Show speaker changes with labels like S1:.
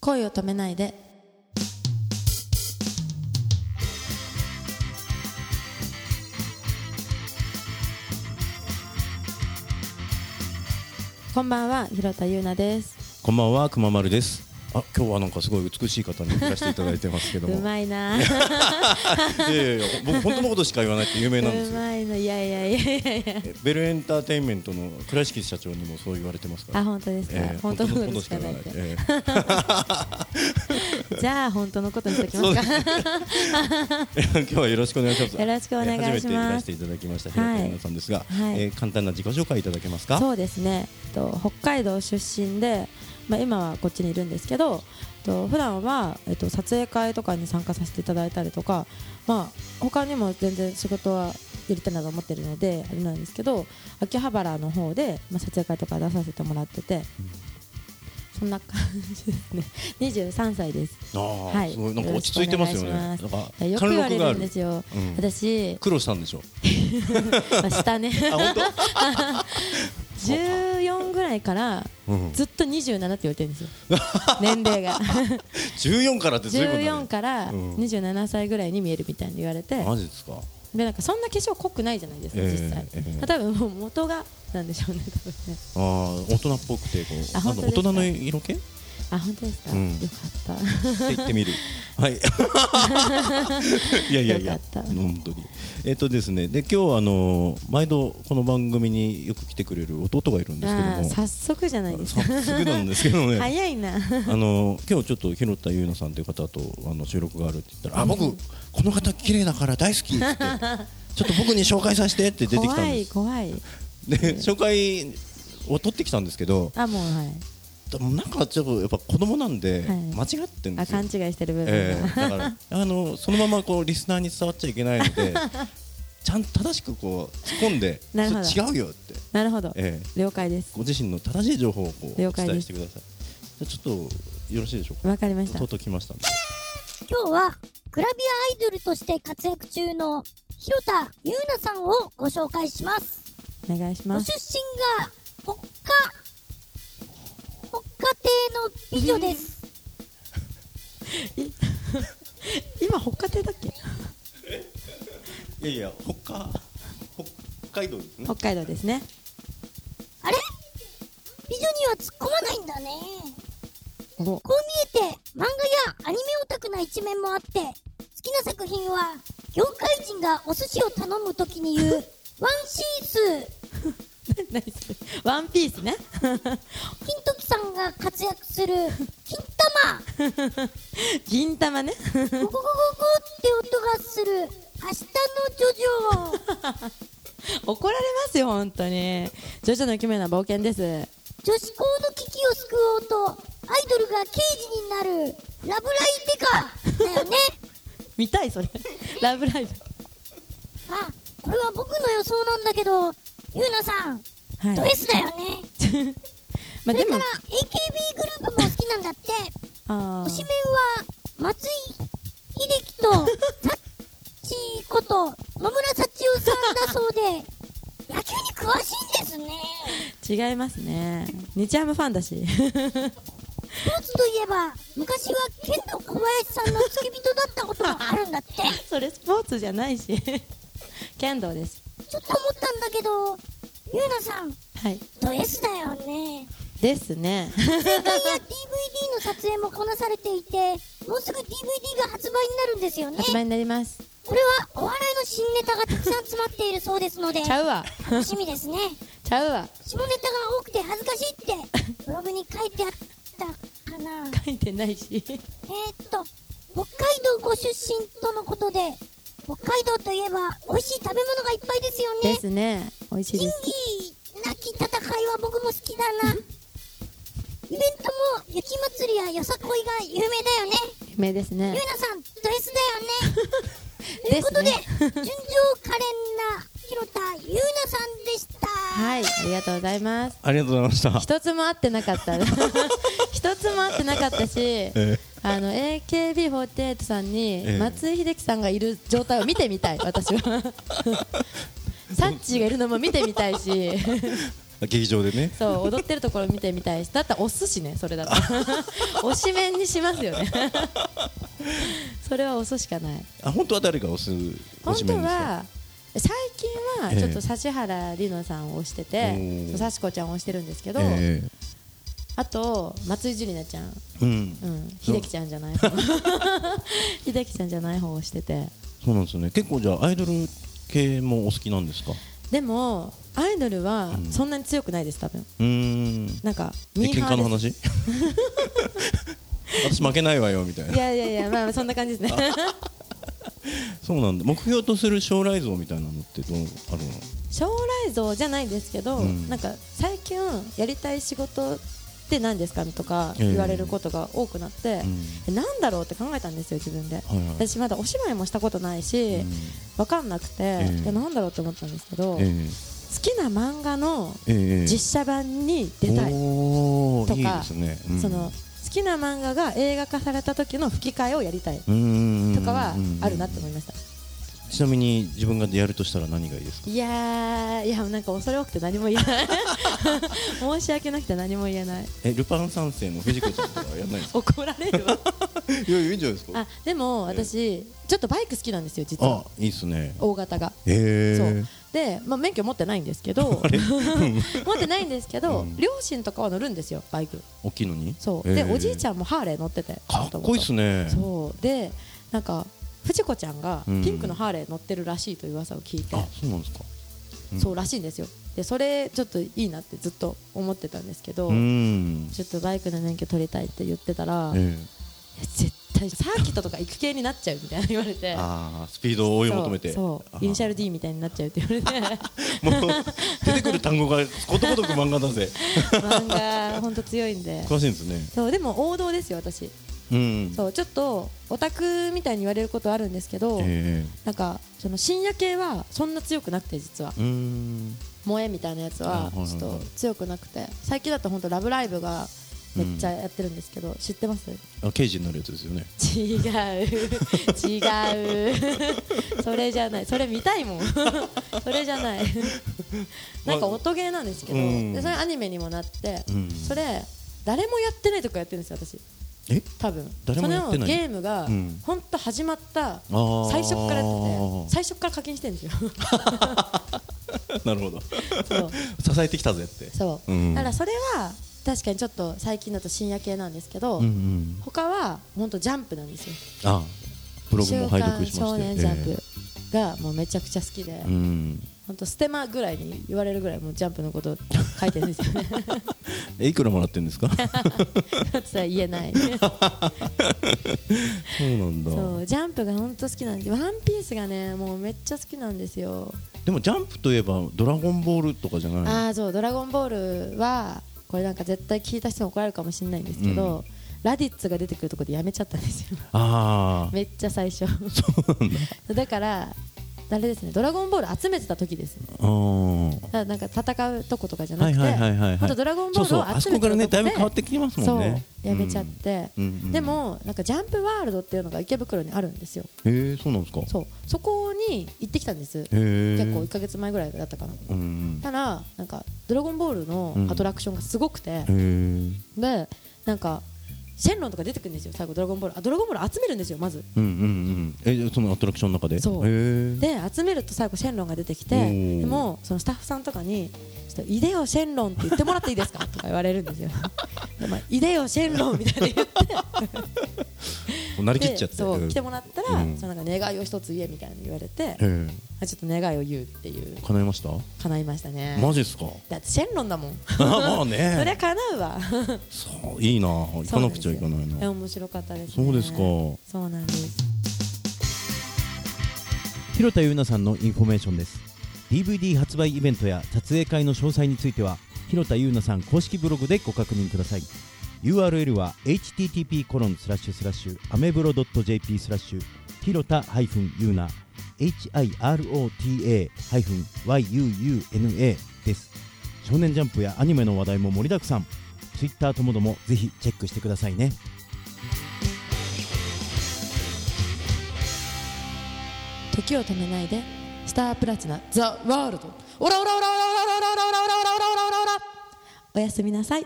S1: 恋を止めないでこんばんは広田優奈です
S2: こんばんは、くままるです。あ、今日はなんかすごい美しい方にいらしていただいてますけど
S1: う
S2: も。
S1: まい な
S2: いやいやいや、僕本当のことしか言わないって有名なんで
S1: う
S2: すよ。
S1: まいのいやいやいやいやいや
S2: えベルエンターテインメントの倉敷社長にもそう言われてますから。
S1: あ本当ですか、
S2: ええ
S1: 本当のことしかないっ
S2: 本当
S1: て
S2: のことしか言わない
S1: じゃあ本当のことにしときますか
S2: え え今日はよろしくお願いします。
S1: よろしくお願いします
S2: え初めていらしていただきました平
S1: はい
S2: 田奈さんですが、
S1: はい
S2: えー簡単な自己紹介いただけますか。
S1: そうですねと北海道出身で、まあ、今はこっちにいるんですけどと普段はえっと撮影会とかに参加させていただいたりとか、まあ、他にも全然仕事はやりたいなと思ってるのであれなんですけど秋葉原の方で、まあ、撮影会とか出させてもらってて、そんな感じですね23歳です
S2: ああ、
S1: はい
S2: すごいなんか落ち着いてますよね。
S1: よろ
S2: なん
S1: しく
S2: か
S1: いやよく
S2: 貫
S1: 言わ
S2: 禄
S1: れ
S2: があ
S1: るんで
S2: る
S1: す。よ、
S2: うん
S1: 私、
S2: 苦労したんでしょう。
S1: まあ、下ね
S2: あ、 本
S1: 14ぐらいから
S2: 当。 うん
S1: ずっと27って言われてるんですよ年齢 が
S2: 14からってずいぶんだね。
S1: 14から
S2: うん
S1: 27歳ぐらいに見えるみたいに言われて、
S2: マジですか。
S1: でなんかそんな化粧濃くないじゃないですか、
S2: ええ
S1: 実際、
S2: ええ
S1: まあ多分もう元がなんでしょうね多分ね
S2: あー大人っぽくてこう
S1: あ
S2: なん
S1: 本当
S2: だ
S1: で
S2: 大
S1: すか
S2: 人の色気って
S1: あ本当ですか、
S2: うん
S1: よかっ
S2: 言って みるはい いやいやいや
S1: よかった
S2: 本当にえっとですねで今日はあのー毎度この番組によく来てくれる弟がいるんですけど
S1: たあー
S2: も
S1: 早速じゃないですか
S2: 早速なんですけどね
S1: 早いな
S2: あのー今日ちょっと広田優奈さんという方とあの収録があるって言ったらあ僕この方綺麗だから大好 きって言ってちょっと僕に紹介させてって出てきた
S1: 怖
S2: んで
S1: い
S2: す
S1: 怖い
S2: で紹介を取ってきたんですけど
S1: あもうはい
S2: でもなんかちょっとやっぱ子供なんで
S1: はい
S2: 間違ってん
S1: あ
S2: ですよ、
S1: 勘違いしてる部分が、
S2: ええだからあのそのままこうリスナーに伝わっちゃいけないの でちゃんと正しくこう突っ込んで
S1: なるほど
S2: それ違うよって、
S1: なるほど、
S2: ええ
S1: 了解です
S2: ご自身の正しい情報をこう
S1: 了
S2: お
S1: 解
S2: 伝
S1: で
S2: え
S1: す
S2: してくださいじゃあちょっとよろしいでしょうか
S1: わかりました
S2: とうとう来ましたね
S3: 今日はグラビアアイドルとして活躍中の広田優奈さんをご紹介します。
S1: お願いし
S3: ご
S1: ま
S3: 出
S1: す
S3: 身が北海北海亭の美女です。
S1: 今他手だっけ
S2: いやいや他北海道ですね
S1: 北海道ですね
S3: あれ美女には突っ込まないんだね。
S1: お
S3: こう見えて漫画やアニメオタクな一面もあって、好きな作品は業界人がお寿司を頼むときに言うワンシース
S1: 何それ ワンピースね
S3: 金時さんが活躍する金玉
S1: 銀玉ね
S3: ゴゴゴゴゴって音がする明日のジョジョ
S1: 怒られますよ本当にジョジョの奇妙な冒険です
S3: 女子校の危機を救おうとアイドルが刑事になるラブライデ カだよね
S1: 見たいそれ ラブライ
S3: あこれは僕の予想なんだけどゆうなさん
S1: ブは
S3: ドレスだよね、
S1: まあ
S3: それ
S1: で
S3: か
S1: も
S3: ら AKB グループも好きなん だって
S1: あ
S3: 推しメ
S1: ー
S3: ンは松井秀喜とサッチーこと野村幸代さんだそうで野球に詳しいんですね
S1: 違いますね日ハムファンだ し
S3: スポーツといえば昔は剣道小林さんの付き人だったことがあるん だってちょっ
S1: それスポーツじゃないし 剣道です
S3: と思ったんだけどゆうなさん
S1: はい
S3: ド S だよ ね
S1: です ね
S3: 映画や DVD の撮影もこなされていてもうすぐ DVD が発売になるんですよね
S1: 発売になります
S3: これはお笑いの新ネタがたくさん詰まっているそうですので
S1: ちゃうわ
S3: 楽しみですね
S1: ちゃうわ
S3: 下ネタが多くて恥ずかしいってブログに書いてあったかな
S1: 書いてないし
S3: えー、っと、北海道ご出身とのことで、北海道といえば美味しい食べ物がいっぱいですよ
S1: で
S3: ね。
S1: すね美味しい
S3: 仁
S1: で
S3: 義
S1: す
S3: なき戦いは僕も好きだな。イベントも雪祭りやよさこいが有名だよね。
S1: 有名です
S3: ゆう
S1: ね
S3: なさん、ド S だよね。とい
S1: で
S3: うこ
S1: す
S3: とで、
S1: ね
S3: 純情可憐な広田ゆうなさんでした。
S1: はいありがとうございます
S2: ありがとうございました
S1: 一つも合ってなかった 一つも合ってなかったし
S2: え
S1: あの AKB48 さんに
S2: ええ
S1: 松井秀喜さんがいる状態を見て みたい私はサッチーがいるのも見てみたいし
S2: 劇場でね
S1: そう踊ってるところ見てみたいしだったら押すしねそれだと 押し面にしますよねそれは押すしかない
S2: あ本当は誰が押す
S1: 本
S2: 押し
S1: 当
S2: 面ですか
S1: は最近は
S2: ええ
S1: ちょっと指原莉乃さんを推して
S2: お
S1: て
S2: ー
S1: そう幸子ちゃんを推してるんですけど、
S2: え
S1: あと松井樹里奈ちゃん、
S2: えうん
S1: うん、
S2: そう
S1: 秀樹ちゃんじゃない方 秀樹ちゃんじゃない方を推してて
S2: そうなんですよね結構じゃあアイドル系もお好きなんですか
S1: でもアイドルはそんなに強くないです多分
S2: うーん
S1: なんか
S2: え
S1: ミー
S2: 喧
S1: ハ
S2: 嘩
S1: ー
S2: の
S1: で
S2: 話 私負けないわよみたい
S1: す
S2: ない
S1: やいやいやまあそんな感じです ね
S2: そうなんだ目標とする将来像みたいなのってどうあるの
S1: 将来像じゃないですけど、
S2: うん
S1: なんか最近やりたい仕事って何ですかとか
S2: ええ
S1: 言われることが多くなって、
S2: う
S1: なんだろうって考えたんですよ自分で、
S2: はいはい
S1: 私まだお芝居もしたことないし、
S2: うん
S1: わかんなくて、
S2: ええ
S1: でなんだろうって思ったんですけど、
S2: え
S1: 好きな漫画の
S2: えええ
S1: 実写版に出たい、
S2: お
S1: と
S2: ー
S1: か
S2: いいですね、うん
S1: その好きな漫画が映画化された時の吹き替えをやりたいと
S2: と
S1: かはあるなって思いました、
S2: ちなみに自分がやるとしたら何がいいですか
S1: いやーいやなんか恐れ多くて何も言え ない申し訳なくて何も言えない
S2: えルパン三世の藤子ちゃんとかはやらないんですか
S1: 怒られるわ
S2: いやいいんじゃないです
S1: あでも私ちょっとバイク好きなんですよ実
S2: あ
S1: はい
S2: いですね
S1: 大型が、
S2: へ
S1: そう
S2: え
S1: で、まあ、免許持ってないんですけ ど 持ってないんですけど、
S2: うん
S1: 両親とかは乗るんですよバイク
S2: 大きいのに
S1: そうで、おじいち
S2: ゃ
S1: ゃんもハーレー乗ってて
S2: かっこいいっすね
S1: そうでなんか藤子ちゃんが
S2: うん
S1: ピンクのハーレー乗ってるらしいという噂を聞いて、
S2: あそうなんですかうん
S1: そうらしいんですよでそれちょっといいなってずっと思ってたんですけど、
S2: うーん
S1: ちょっとバイクの免許取りたいって言ってたら、
S2: ええ
S1: 絶対サーキットとか行く系になっちゃうみたいな言われて
S2: あースピードを追い求めて
S1: そうそう
S2: あー
S1: イニシャル D みたいになっちゃうって言われ て
S2: もう出てくる単語が ことごとく漫画だぜ
S1: 漫画本当強いんで
S2: 詳しいんですね
S1: そうでも王道ですよ私
S2: うん
S1: そうちょっとオタクみたいに言われることあるんですけど、
S2: え
S1: なんかその深夜系はそんな強くなくて実は
S2: えうーん
S1: 萌えみたいなやつ
S2: あ
S1: は
S2: はいはい
S1: ちょっと強くなくて最近だと本当ラブライブがめっちゃやってるんですけど、知ってます
S2: あ刑事になるやつですよね
S1: 違う違うそれじゃないそれ見たいもんそれじゃないなんか音ゲーなんですけど、
S2: うん
S1: でそれアニメにもなって、
S2: うん
S1: それ誰もやってないとこやってるんですよ私
S2: え
S1: 多分
S2: 誰もやってな
S1: その
S2: い
S1: ゲームが
S2: うん
S1: 本当始まった
S2: あー
S1: 最初っからやってて最初っから課金してるん ですよ
S2: なるほど
S1: そう
S2: 支えてきたぜって
S1: そう、
S2: うん
S1: だからそれは確かにちょっと最近だと深夜系なんですけど、
S2: うんうん
S1: 他は本当ジャンプなんですよ
S2: あブログも
S1: 週
S2: 拝
S1: 刊
S2: 読しまし
S1: 少
S2: て
S1: 年ジャンプがもうめちゃくちゃ好きで
S2: ええうん
S1: 本当ステマぐらいに言われるぐらいもうジャンプのこと書いてるんですよね
S2: えいくらもらってんですか
S1: だってそれは言えない
S2: そうなんだ
S1: そうジャンプが本当好きなんでワンピースがねもうめっちゃ好きなんですよ、
S2: でもジャンプといえばドラゴンボールとかじゃないの
S1: ああそう「ドラゴンボール」はこれなんか絶対聞いた人に怒られるかもしれないんですけど、ラディッツが出てくるところでやめちゃったん ですよ
S2: あ
S1: めっちゃ最初
S2: ーそうなんだ
S1: だからあれですね「ドラゴンボール」集めてた時です
S2: あー
S1: ただなんか戦うとことかじゃな
S2: は
S1: く
S2: い
S1: て、
S2: はいはいはいは
S1: 本
S2: い
S1: 当ドラゴンボール
S2: そうそう
S1: を
S2: あ
S1: 集
S2: そ
S1: め
S2: こ
S1: て
S2: か
S1: る
S2: らね
S1: とこ
S2: だい
S1: で
S2: ぶ変わってきますもんね
S1: そうやめちゃって、
S2: うんうんうん
S1: でもなんかジャンプワールドっていうのが池袋にあるんですよ
S2: へえそうなんですか
S1: そうそこに行ってきたんです
S2: へえ
S1: 結構1か月前ぐらいだったかな
S2: うん
S1: たらなんかドラゴンボールのアトラクションがすごくて
S2: う、んへえ
S1: でなんかシェンロンとか出てくるんですよ最後ドラゴンボールあドラゴンボール集めるんですよまず
S2: うんうんうんえそのアトラクションの中で
S1: そう
S2: へえ
S1: で集めると最後シェンロンが出てき
S2: お
S1: て
S2: ー
S1: でもそのスタッフさんとかに「ちょっといでよシェンロン」って言ってもらっていいですかとか言われるん ですよ。でまあ、いでよシェンロンみたいな言って
S2: なりきっちゃって
S1: そう来て
S2: も
S1: もらったら、
S2: うん
S1: そのなんか願いを一つ言えみたいに言われて、
S2: え
S1: あちょっと願いを言うっていう
S2: え叶えました
S1: 叶いましたね。
S2: マジですか
S1: だってシェンロンだもん。
S2: あまあ
S1: そりゃ
S2: ね
S1: 叶うわ。
S2: そういいな行かなくちゃいかない
S1: え
S2: な
S1: 面白かったです、ね。
S2: そうですか
S1: そうなんです。
S4: 広田優奈さんのインフォメーションです DVD 発売イベントや撮影会の詳細については広田優奈さん公式ブログでご確認ください URL は http コロンスラッシュスラッシュアメブロ .jp スラッシュ広田ハイフン優奈 hirota ハイフン yuuna です少年ジャンプやアニメの話題も盛りだくさん Twitter ともどもぜひチェックしてくださいね
S1: 時を止めないでスタープラチナザワールドオラオラオラオラオラオラオラオラオラオラオラオラおやすみなさい